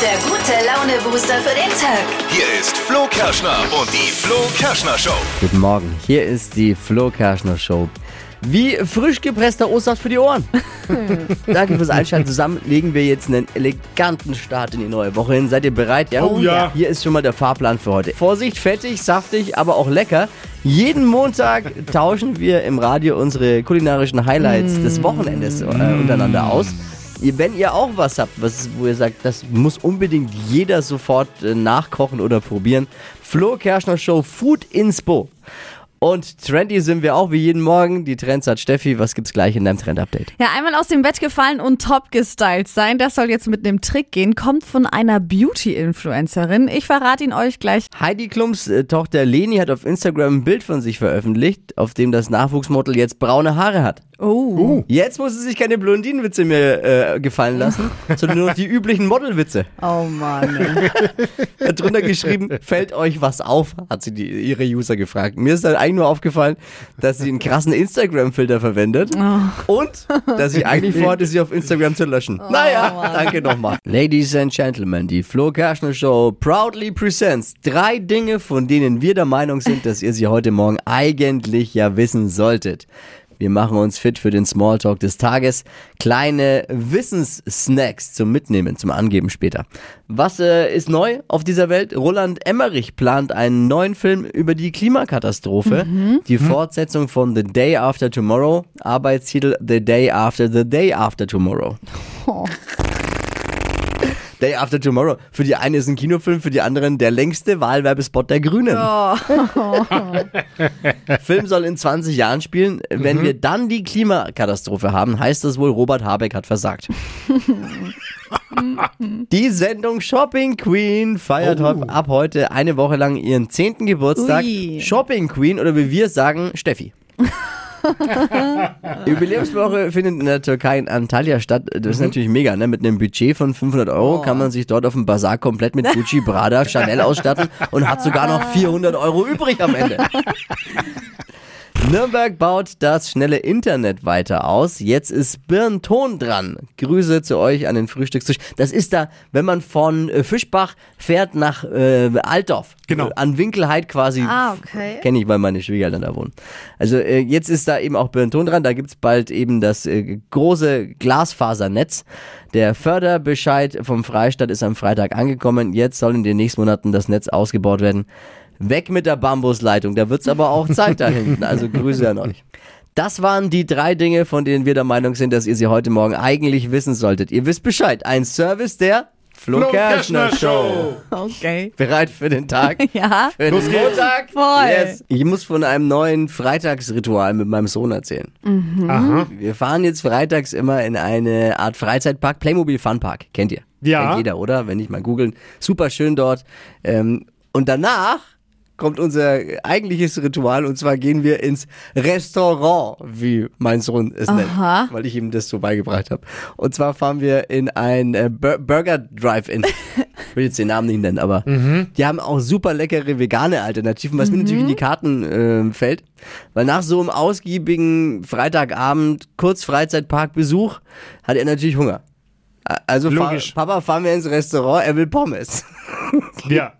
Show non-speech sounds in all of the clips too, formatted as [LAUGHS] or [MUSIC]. der gute Laune-Booster für den Tag. Hier ist Flo Kerschner und die Flo Kerschner Show. Guten Morgen, hier ist die Flo Kerschner Show. Wie frisch gepresster Ostsaft für die Ohren. Danke fürs Einschalten. Zusammen legen wir jetzt einen eleganten Start in die neue Woche hin. Seid ihr bereit? Ja? Oh ja. Hier ist schon mal der Fahrplan für heute. Vorsicht, fettig, saftig, aber auch lecker. Jeden Montag tauschen wir im Radio unsere kulinarischen Highlights Mm. des Wochenendes äh, untereinander aus. Ihr- Wenn ihr auch was habt, was, wo ihr sagt, das muss unbedingt jeder sofort äh, nachkochen oder probieren, Flo Kerschner Show Food Inspo. Und trendy sind wir auch wie jeden Morgen. Die Trends hat Steffi. Was gibt's gleich in deinem Trend-Update? Ja, einmal aus dem Bett gefallen und top gestylt sein. Das soll jetzt mit einem Trick gehen. Kommt von einer Beauty-Influencerin. Ich verrate ihn euch gleich. Heidi Klums äh, Tochter Leni hat auf Instagram ein Bild von sich veröffentlicht, auf dem das Nachwuchsmodel jetzt braune Haare hat. Oh. Jetzt muss sie sich keine Blondinenwitze mehr äh, gefallen lassen, sondern nur noch die üblichen Modelwitze. Oh Mann. hat drunter geschrieben, fällt euch was auf, hat sie die, ihre User gefragt. Mir ist dann eigentlich nur aufgefallen, dass sie einen krassen Instagram-Filter verwendet und dass ich eigentlich vorhatte, sie auf Instagram zu löschen. naja, danke nochmal. Ladies and Gentlemen, die Flo Kerschner Show proudly presents drei Dinge, von denen wir der Meinung sind, dass ihr sie heute Morgen eigentlich ja wissen solltet. Wir machen uns fit für den Smalltalk des Tages. Kleine Wissenssnacks zum Mitnehmen, zum Angeben später. Was äh, ist neu auf dieser Welt? Roland Emmerich plant einen neuen Film über die Klimakatastrophe. Die Fortsetzung von The Day After Tomorrow. Arbeitstitel The Day After The Day After Tomorrow. Day After Tomorrow. Für die einen ist ein Kinofilm, für die anderen der längste Wahlwerbespot der Grünen. [LAUGHS] Film soll in 20 Jahren spielen. Wenn wir dann die Klimakatastrophe haben, heißt das wohl, Robert Habeck hat versagt. die Sendung Shopping Queen feiert hab- ab heute eine Woche lang ihren 10. Geburtstag. Ui. Shopping Queen oder wie wir sagen, Steffi. Die Jubiläumswoche findet in der Türkei in Antalya statt. Das ist natürlich mega, ne? Mit einem Budget von 500 Euro kann man sich dort auf dem Bazar komplett mit Gucci, Prada, Chanel ausstatten und hat sogar noch 400 Euro übrig am Ende. Nürnberg baut das schnelle Internet weiter aus. Jetzt ist Birnton dran. Grüße zu euch an den Frühstückstisch. Das ist da, wenn man von äh, Fischbach fährt nach äh, Altdorf. Genau. Äh, An Winkelheit quasi. Ah, okay. Kenne ich, weil meine Schwiegereltern da wohnen. Also äh, jetzt ist da eben auch Birnton dran. Da gibt's bald eben das äh, große Glasfasernetz. Der Förderbescheid vom Freistaat ist am Freitag angekommen. Jetzt soll in den nächsten Monaten das Netz ausgebaut werden. Weg mit der Bambusleitung. Da wird's aber auch Zeit da hinten. Also Grüße an euch. Das waren die drei Dinge, von denen wir der Meinung sind, dass ihr sie heute Morgen eigentlich wissen solltet. Ihr wisst Bescheid. Ein Service der Flo, Kerschner Show. [LAUGHS] Okay. Bereit für den [LAUGHS] Tag? Ja. Für den Montag? Voll. Yes. Ich muss von einem neuen Freitagsritual mit meinem Sohn erzählen. Aha. Wir fahren jetzt freitags immer in eine Art Freizeitpark, Playmobil Funpark. Kennt ihr? Ja. Kennt jeder, oder? Wenn nicht mal googeln. Super schön dort. Ähm, und danach kommt unser eigentliches Ritual und zwar gehen wir ins Restaurant, wie mein Sohn es nennt, weil ich ihm das so beigebracht habe. Und zwar fahren wir in ein äh, Bur Burger Drive-In. Ich will jetzt den Namen nicht nennen, aber die haben auch super leckere vegane Alternativen, was mir natürlich in die Karten ähm, fällt. Weil nach so einem ausgiebigen Freitagabend, kurz Freizeitparkbesuch, hat er natürlich Hunger. A- Also, fahr, Logisch. Papa, fahren wir ins Restaurant, er will Pommes. [LAUGHS] Ja.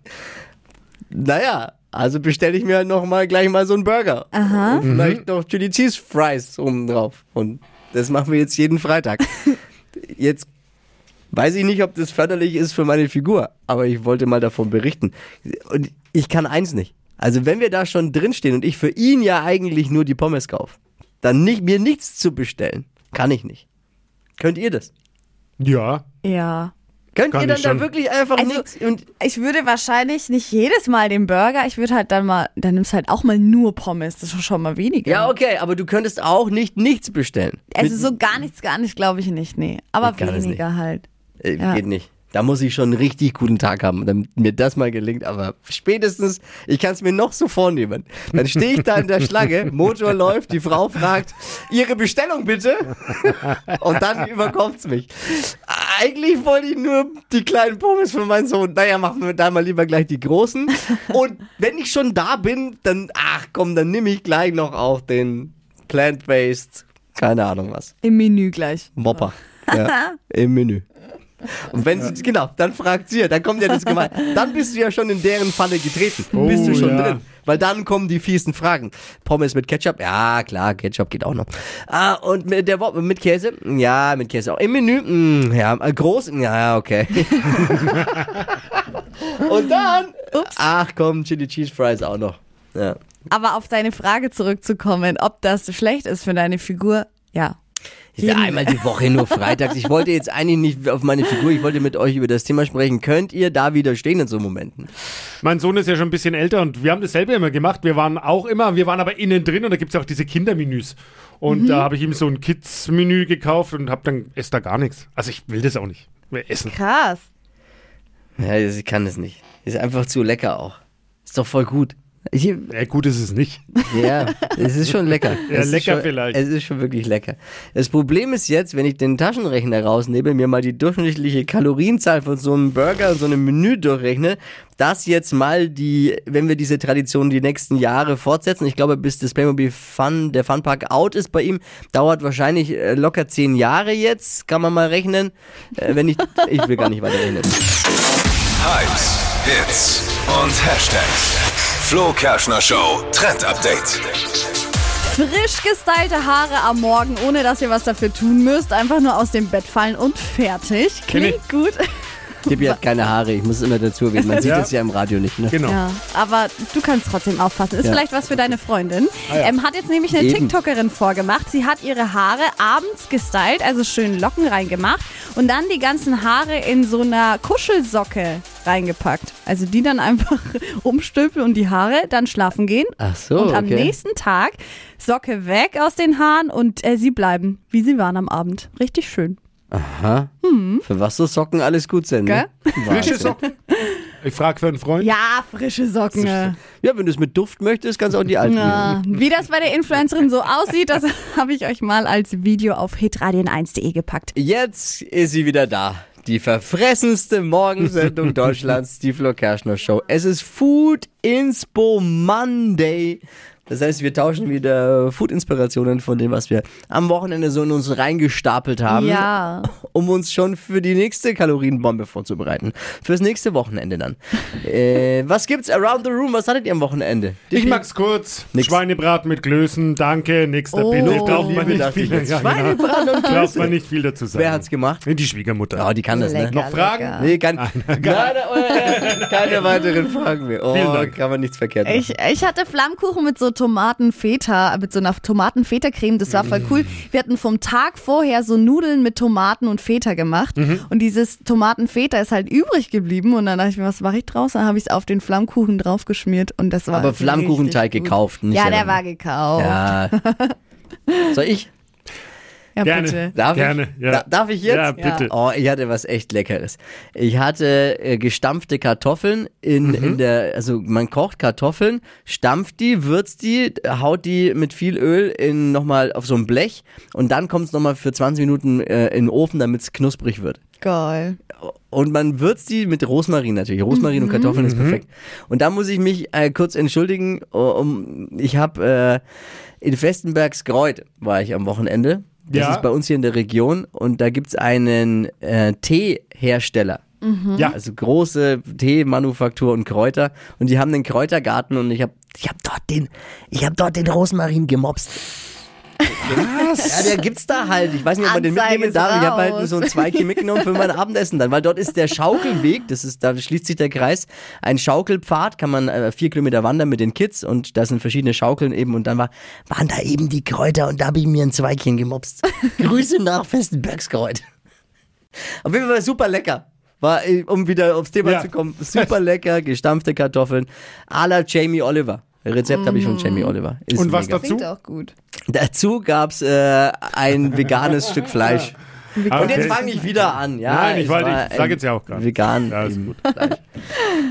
Naja, also bestelle ich mir halt noch mal gleich mal so einen Burger. Aha. Mhm. Und vielleicht noch Chili Cheese Fries oben drauf. Und das machen wir jetzt jeden Freitag. jetzt weiß ich nicht, ob das förderlich ist für meine Figur, aber ich wollte mal davon berichten. Und ich kann eins nicht. Also wenn wir da schon drinstehen und ich für ihn ja eigentlich nur die Pommes kaufe, dann nicht, mir nichts zu bestellen, kann ich nicht. Könnt ihr das? Ja. Ja. Könnt Kann ihr dann ich da schon. wirklich einfach Also- nichts? Und Ich würde wahrscheinlich nicht jedes Mal den Burger, ich würde halt dann mal, dann nimmst halt auch mal nur Pommes, das ist schon- schon mal weniger. ja, okay, aber du könntest auch nicht nichts bestellen. Also so gar nichts, gar nicht, glaube ich nicht, nee. Aber Geht gar nicht, weniger halt. Äh, Ja. Geht nicht. Da muss ich schon einen richtig guten Tag haben, damit mir das mal gelingt. Aber spätestens, ich kann es mir noch so vornehmen. Dann stehe ich da in der Schlange, Motor läuft, die Frau fragt, Ihre Bestellung bitte. Und dann überkommt's mich. Eigentlich wollte ich nur die kleinen Pommes für meinen Sohn. Naja, machen wir da mal lieber gleich die großen. Und wenn ich schon da bin, dann, ach komm, dann nehme ich gleich noch auch den Plant-Based, keine Ahnung was, Im Menü gleich. Whopper. Ja, [LAUGHS] Im Menü. Und wenn sie, genau, dann fragt sie, ja, dann kommt ja das Gemein. Dann bist du ja schon in deren Falle getreten. bist du schon ja. drin. Weil dann kommen die fiesen Fragen. Pommes mit Ketchup? Ja, klar, Ketchup geht auch noch. Ah, und mit der Wop- mit Käse? Ja, mit Käse auch. Im Menü? Mm, ja, Äh, groß? Ja, okay. und dann? Ach komm, Chili Cheese Fries auch noch. Ja. Aber auf deine Frage zurückzukommen, ob das schlecht ist für deine Figur, ja. Ich will einmal die Woche nur freitags. Ich wollte jetzt eigentlich nicht auf meine Figur, ich wollte mit euch über das Thema sprechen. Könnt ihr da widerstehen in so Momenten? Mein Sohn ist ja schon ein bisschen älter und wir haben das selber immer gemacht. Wir waren auch immer, wir waren aber innen drin und da gibt es ja auch diese Kindermenüs. Mhm. Und da habe ich ihm so ein Kids-Menü gekauft und habe dann, esse da gar nichts. Also ich will das auch nicht. Wir essen. Krass. Ja, ich kann es nicht. Ist einfach zu lecker auch. Ist doch voll gut. Ich, Ja, gut ist es nicht. ja, es ist schon lecker. [LAUGHS] Ja, es ist lecker schon, vielleicht. Es ist schon wirklich lecker. Das Problem ist jetzt, wenn ich den Taschenrechner rausnehme, mir mal die durchschnittliche Kalorienzahl von so einem Burger, so einem Menü durchrechne, dass jetzt mal die, wenn wir diese Tradition die nächsten Jahre fortsetzen, ich glaube, bis das Playmobil Fun, der Funpark out ist bei ihm, dauert wahrscheinlich äh, locker zehn Jahre jetzt, kann man mal rechnen. Äh, Wenn ich, ich will gar nicht weiter rechnen. Hypes, Hits und Hashtags. Flo Kerschner Show Trend Update. Frisch gestylte Haare am Morgen, ohne dass ihr was dafür tun müsst. Einfach nur aus dem Bett fallen und fertig. Klingt gut. Tippi hat keine Haare, ich muss es immer dazu erwähnen. Man sieht Ja. das ja im Radio nicht. Ne? Genau. Ja, aber du kannst trotzdem aufpassen. Ist Ja. vielleicht was für deine Freundin. ähm, hat jetzt nämlich eine Eben. TikTokerin vorgemacht. Sie hat ihre Haare abends gestylt, also schön Locken reingemacht und dann die ganzen Haare in so einer Kuschelsocke reingepackt. Also die dann einfach [LAUGHS] umstülpen und die Haare dann schlafen gehen. Ach so, Und am Oh, okay. nächsten Tag Socke weg aus den Haaren und äh, sie bleiben, wie sie waren am Abend. Richtig schön. Aha. Für was so Socken alles gut sind. Ne? Wahnsinn. Frische Socken. Ich frage für einen Freund. Ja, frische Socken. äh. Ja, wenn du es mit Duft möchtest, kannst du auch die alten nehmen. Ja, wie das bei der Influencerin so aussieht, das [LAUGHS] habe ich euch mal als Video auf hitradion1.de gepackt. Jetzt ist sie wieder da. Die verfressenste [LAUGHS] Morgensendung Deutschlands, die Flo Kerschner Show. Es ist Food Inspo Monday. Das heißt, wir tauschen wieder Food-Inspirationen von dem, was wir am Wochenende so in uns reingestapelt haben, Ja. um uns schon für die nächste Kalorienbombe vorzubereiten. Fürs nächste Wochenende [LAUGHS] dann. äh, was gibt's around the room? Was hattet ihr am Wochenende? Ich mag's kurz. Nix. Schweinebraten mit Glößen, danke, nächster Oh, bitte. Oh, Braucht man liebe nicht dachte ich viel, jetzt. ja, genau. Schweinebraten und Braucht Klöße. man nicht viel dazu sagen. Wer hat's gemacht? Die Schwiegermutter. Oh, die kann das, ne? Lecker, Noch Fragen? lecker. Nee, kann, nein, äh, keine weiteren Fragen mehr. Oh, Vielen Dank. kann man nichts verkehrt machen. Ich, ich hatte Flammkuchen mit so Tomatenfeta, mit so einer Tomatenfeta-Creme, das war voll cool. Mm. Wir hatten vom Tag vorher so Nudeln mit Tomaten und Feta gemacht Mhm. und dieses Tomatenfeta ist halt übrig geblieben und dann dachte ich mir, was mache ich draus? Dann habe ich es auf den Flammkuchen draufgeschmiert und das war Aber richtig Flammkuchenteig gut. gekauft, nicht Ja, selber der war gemacht. gekauft. Ja, Ja. Soll ich? Gerne. bitte. Darf Gerne, ich? ja. Da, darf ich jetzt? Ja, bitte. Oh, ich hatte was echt Leckeres. Ich hatte äh, gestampfte Kartoffeln Mhm. in, in der, also man kocht Kartoffeln, stampft die, würzt die, haut die mit viel Öl in nochmal auf so ein Blech und dann kommt es nochmal für 20 Minuten äh, in den Ofen, damit es knusprig wird. Geil. Und man würzt die mit Rosmarin natürlich. Rosmarin und Kartoffeln ist perfekt. Und da muss ich mich äh, kurz entschuldigen. Um, ich habe äh, in Festenbergs Greuth war ich am Wochenende. Das Ja. ist bei uns hier in der Region. Und da gibt's einen äh, Teehersteller. Ja. Also große Teemanufaktur und Kräuter. Und die haben den Kräutergarten und ich habe ich hab dort, den- ich hab dort den Rosmarin gemobst. Ja, der gibt's da halt. Ich weiß nicht, ob man den Anzeige mitnehmen ist darf. Ich habe raus. halt nur so ein Zweig mitgenommen für mein Abendessen dann, weil dort ist der Schaukelweg, das ist, da schließt sich der Kreis, ein Schaukelpfad, kann man äh, vier Kilometer wandern mit den Kids und da sind verschiedene Schaukeln eben und dann war, waren da eben die Kräuter und da habe ich mir ein Zweigchen [LAUGHS] gemobst. Grüße nach Festenbergskreuz. Auf jeden Fall war super lecker. War, äh, um wieder aufs Thema Ja. zu kommen, super lecker, gestampfte Kartoffeln à la Jamie Oliver. Rezept habe ich von Jamie Oliver. Ist Und was mega. dazu? Klingt auch gut. Dazu gab's äh, ein [LAUGHS] veganes Stück Fleisch. Ah, Und jetzt okay. fange ich wieder an. Ja, Nein, ich es wollte- war ich sag ein Hm? jetzt ja auch gar nicht. Vegan. Ja, ist eben Fleisch.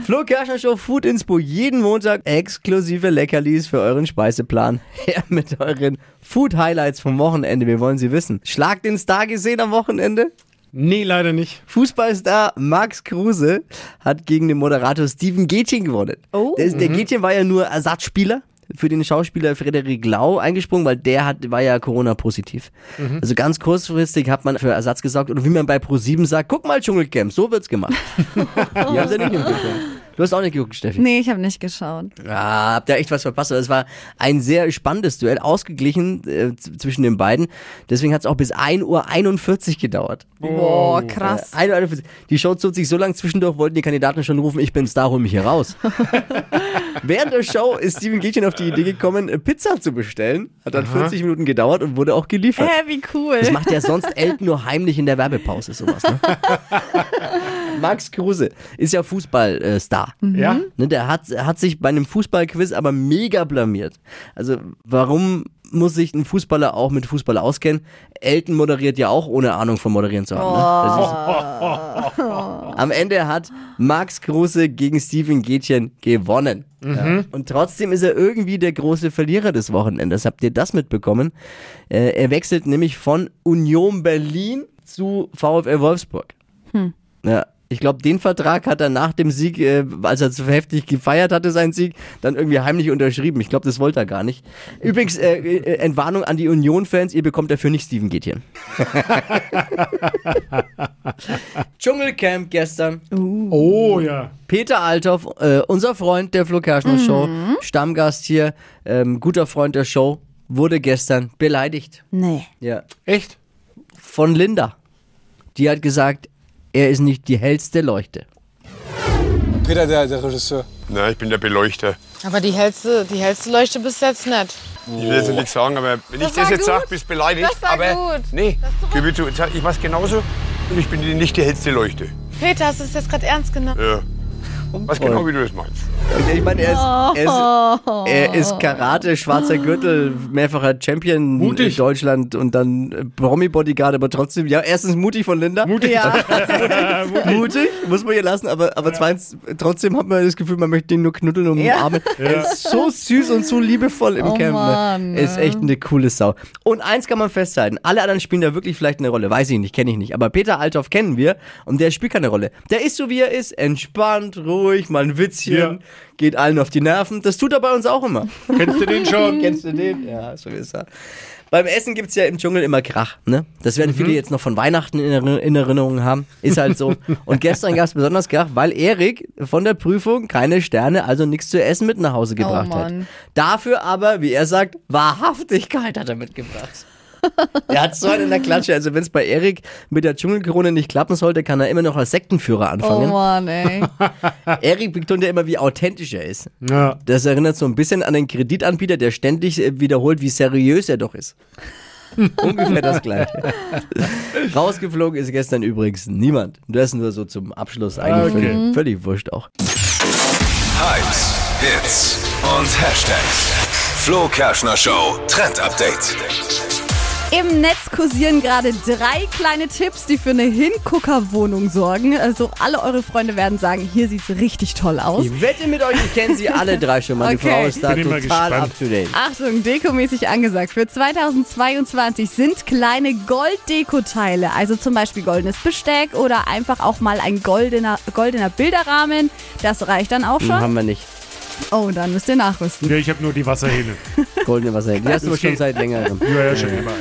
Flo Kerschner Show Food Inspo jeden Montag exklusive Leckerlis für euren Speiseplan. [LAUGHS] Her mit euren Food Highlights vom Wochenende. Wir wollen sie wissen. Schlag den Star gesehen am Wochenende? Nee, leider nicht. Fußballstar Max Kruse hat gegen den Moderator Steven Gätchen gewonnen. Oh. Der, der Gätchen war ja nur Ersatzspieler für den Schauspieler Frederik Lau eingesprungen, weil der hat, war ja Corona-positiv. Also ganz kurzfristig hat man für Ersatz gesorgt. Und wie man bei Pro7 sagt, guck mal, Dschungelcamp, so wird's gemacht. Die haben's ja nicht hinbekommen. Du hast auch nicht geguckt, Steffi. Nee, ich habe nicht geschaut. Ja, habt ihr echt was verpasst. Aber es war ein sehr spannendes Duell, ausgeglichen äh, z- zwischen den beiden. Deswegen hat es auch bis 1.41 Uhr gedauert. Boah, krass. Äh, 1.41 Uhr. Die Show zog sich so lang zwischendurch, wollten die Kandidaten schon rufen, ich bin Star, hol mich hier raus. Während der Show ist Steven Gätchen auf die Idee gekommen, äh, Pizza zu bestellen. Hat dann 40 Minuten gedauert und wurde auch Hä, geliefert. wie cool. Das macht ja sonst Elton nur heimlich in der Werbepause, sowas. Ne? Max Kruse ist ja Fußballstar. Ja? Ne, der hat, hat sich bei einem Fußballquiz aber mega blamiert. Also warum muss sich ein Fußballer auch mit Fußball auskennen? Elton moderiert ja auch ohne Ahnung vom Moderieren zu haben. Ne? Das ist, am Ende hat Max Kruse gegen Steven Gätchen gewonnen. Ja. Und trotzdem ist er irgendwie der große Verlierer des Wochenendes. Habt ihr das mitbekommen? Äh, er wechselt nämlich von Union Berlin zu VfL Wolfsburg. Ja. Ich glaube, den Vertrag hat er nach dem Sieg, äh, als er zu heftig gefeiert hatte, seinen Sieg, dann irgendwie heimlich unterschrieben. Ich glaube, das wollte er gar nicht. Übrigens, äh, äh, Entwarnung an die Union-Fans, ihr bekommt dafür nicht Steven Gätchen. [LAUGHS] Dschungelcamp gestern. Oh ja. Peter Althoff, äh, unser Freund der Flo Kerschner Show, Stammgast hier, ähm, guter Freund der Show, wurde gestern beleidigt. nee. Ja. Echt? Von Linda. Die hat gesagt, er ist nicht die hellste Leuchte. Peter, der, der Regisseur. Na, ich bin der Beleuchter. Aber die hellste, die hellste Leuchte bist jetzt nicht. Ich will jetzt nichts sagen, aber wenn Das ich das war jetzt gut. sage, bist du beleidigt. Das war aber gut. nee, gebe ich zu, ich mach's genauso und ich bin die- nicht die hellste Leuchte. Peter, hast du es jetzt gerade ernst genommen? Ja. Was genau, wie du das meinst. Ich meine, er ist, er ist, er ist Karate, schwarzer Gürtel, mehrfacher Champion Mutig. in Deutschland und dann äh, Promi-Bodyguard, aber trotzdem, ja, erstens mutig von Linda. Mutig. mutig. muss man ihr lassen, aber, aber zweitens, trotzdem hat man das Gefühl, man möchte ihn nur knuddeln und umarmen. Er ist so süß und so liebevoll im Oh Camp. Mann, Ne? Er Ist echt eine coole Sau. Und eins kann man festhalten, alle anderen spielen da wirklich vielleicht eine Rolle, weiß ich nicht, kenne ich nicht, aber Peter Althoff kennen wir und der spielt keine Rolle. Der ist so, wie er ist, entspannt, ruhig, mal ein Witzchen, Ja. geht allen auf die Nerven. Das tut er bei uns auch immer. Kennst du [LAUGHS] den schon? Kennst du den? Ja, so ist er. Beim Essen gibt's ja im Dschungel immer Krach, ne? Das werden viele jetzt noch von Weihnachten in, Erinner- in Erinnerung haben. Ist halt so. Und gestern gab's besonders Krach, weil Erik von der Prüfung keine Sterne, also nichts zu essen mit nach Hause gebracht hat. Mann. Dafür aber, wie er sagt, Wahrhaftigkeit hat er mitgebracht. Er hat so einen in der Klatsche. Also wenn es bei Erik mit der Dschungelkrone nicht klappen sollte, kann er immer noch als Sektenführer Oh anfangen. Mann, ey. Erik betont ja immer, wie authentisch er ist. Ja. Das erinnert so ein bisschen an den Kreditanbieter, der ständig äh, wiederholt, wie seriös er doch ist. [LAUGHS] Ungefähr das gleiche. Rausgeflogen ist gestern übrigens niemand. Das nur so zum Abschluss Ah, eigentlich Okay. völlig, völlig wurscht auch. Hypes, Hits und Hashtags. Flo Kerschner Show Trend Update. Im Netz kursieren gerade drei kleine Tipps, die für eine Hinguckerwohnung sorgen. Also alle eure Freunde werden sagen, hier sieht's richtig toll aus. Ich wette mit euch, ich kenne sie alle drei schon mal. Die Okay. Frau ist da Bin immer total gespannt. up to date. Achtung, dekomäßig angesagt. Für 2022 sind kleine Golddekoteile, also zum Beispiel goldenes Besteck oder einfach auch mal ein goldener, goldener Bilderrahmen. Das reicht dann auch schon. Haben wir nicht. Oh, dann müsst ihr nachrüsten. Ja, ich habe nur die Wasserhähne. Goldene Wasser. Die hast du aber schon seit längerem. Ja, ja, schon immer.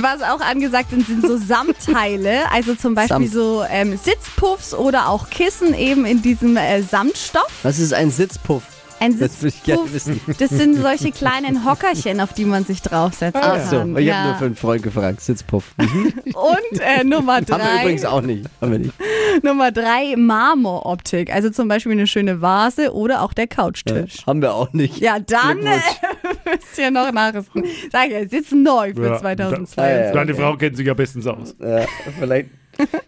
Was auch angesagt sind, sind so Samtteile, also zum Beispiel Samt. so ähm, Sitzpuffs oder auch Kissen eben in diesem äh, Samtstoff. Was ist ein Sitzpuff? Ein Das würde ich gerne Sitzpuff, wissen. das sind solche kleinen Hockerchen, auf die man sich draufsetzen Ach Ah. so, kann. ich habe nur ja. für einen Freund gefragt. Sitzpuff. Mhm. [LAUGHS] [LAUGHS] Und äh, Nummer Haben wir übrigens drei, auch nicht. Haben wir nicht. Nummer drei, Marmoroptik. Also zum Beispiel eine schöne Vase oder auch der Couchtisch. Haben wir auch nicht. Ja, dann äh, [LAUGHS] Glückwunsch. müsst ihr noch nachrüsten. Sag ich, es ist neu für Ja, 2022. Deine Frau kennt sich ja bestens aus. äh. Ja, vielleicht.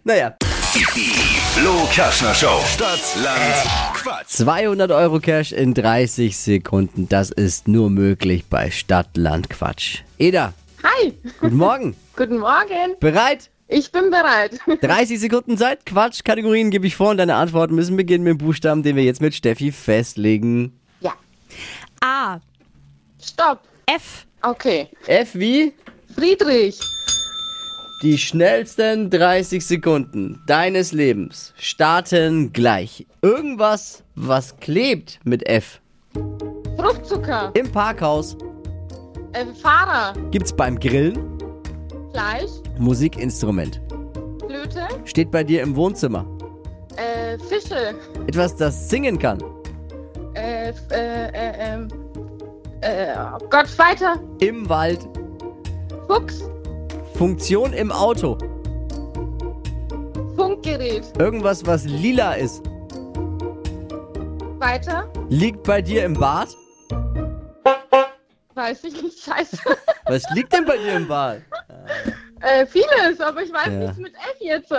Naja, Die Flo Kerschner Show. Stadt, Land, Quatsch. 200 Euro Cash in 30 Sekunden. Das ist nur möglich bei Stadtland Quatsch. Eda, Hi, guten Morgen. [LAUGHS] guten Morgen. Bereit? Ich bin bereit. [LAUGHS] 30 Sekunden Zeit. Quatsch, Kategorien gebe ich vor und deine Antworten müssen beginnen mit dem Buchstaben, den wir jetzt mit Steffi festlegen. Ja, A, stopp. F, Okay. F wie Friedrich, die schnellsten 30 Sekunden deines Lebens starten gleich. Irgendwas, was klebt mit F. Fruchtzucker. Im Parkhaus Äh, Fahrer. gibt's beim Grillen Fleisch. Musikinstrument. Flöte. Steht bei dir im Wohnzimmer Äh, Fische. etwas, das singen kann. Äh, f- äh, äh, ähm, äh, oh Gott, weiter. Im Wald Fuchs. Funktion im Auto. Funkgerät. Irgendwas, was lila ist, Weiter. liegt bei dir im Bad. Weiß ich nicht. Scheiße. Was liegt denn bei dir im Bad? äh, vieles, aber ich weiß Ja. nichts mit F jetzt.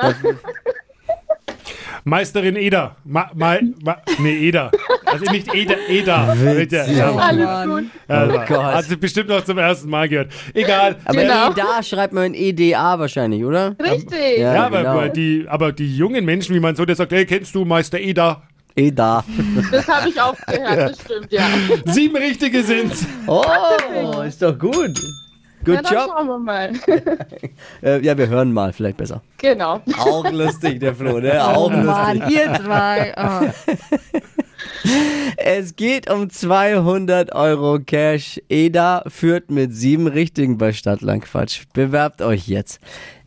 Meisterin Eda. Ma, ma, ma, nee, Eda. Also nicht Eda, Eda. Bitte. Ja, Alles gut. also, Oh Gott. Hat sie bestimmt noch zum ersten Mal gehört. Egal. Aber Genau. EDA schreibt man EDA wahrscheinlich, oder? Richtig. Ja. ja, aber, genau. aber die, aber die jungen Menschen, wie mein Sohn, der sagt, hey, kennst du Meister Eda? EDA. Das habe ich auch gehört. Das stimmt, ja. Sieben richtige sind's. Oh, ist doch gut. Na, Good dann job. schauen wir mal. [LAUGHS] Äh, ja, wir hören mal, vielleicht besser. genau. Auch lustig, der Flo, ne? Auch lustig. Oh Mann, ihr zwei. Oh. Es geht um 200 Euro Cash. EDA führt mit sieben Richtigen bei Stadtlandquatsch. Bewerbt euch jetzt.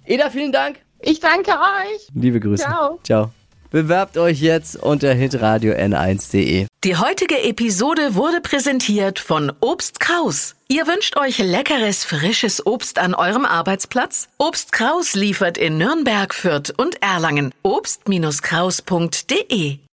EDA, vielen Dank. Ich danke euch. Liebe Grüße. Ciao. Ciao. Bewerbt euch jetzt unter hitradio n1.de. Die heutige Episode wurde präsentiert von Obst Kraus. Ihr wünscht euch leckeres, frisches Obst an eurem Arbeitsplatz? Obst Kraus liefert in Nürnberg, Fürth und Erlangen. Obst-Kraus.de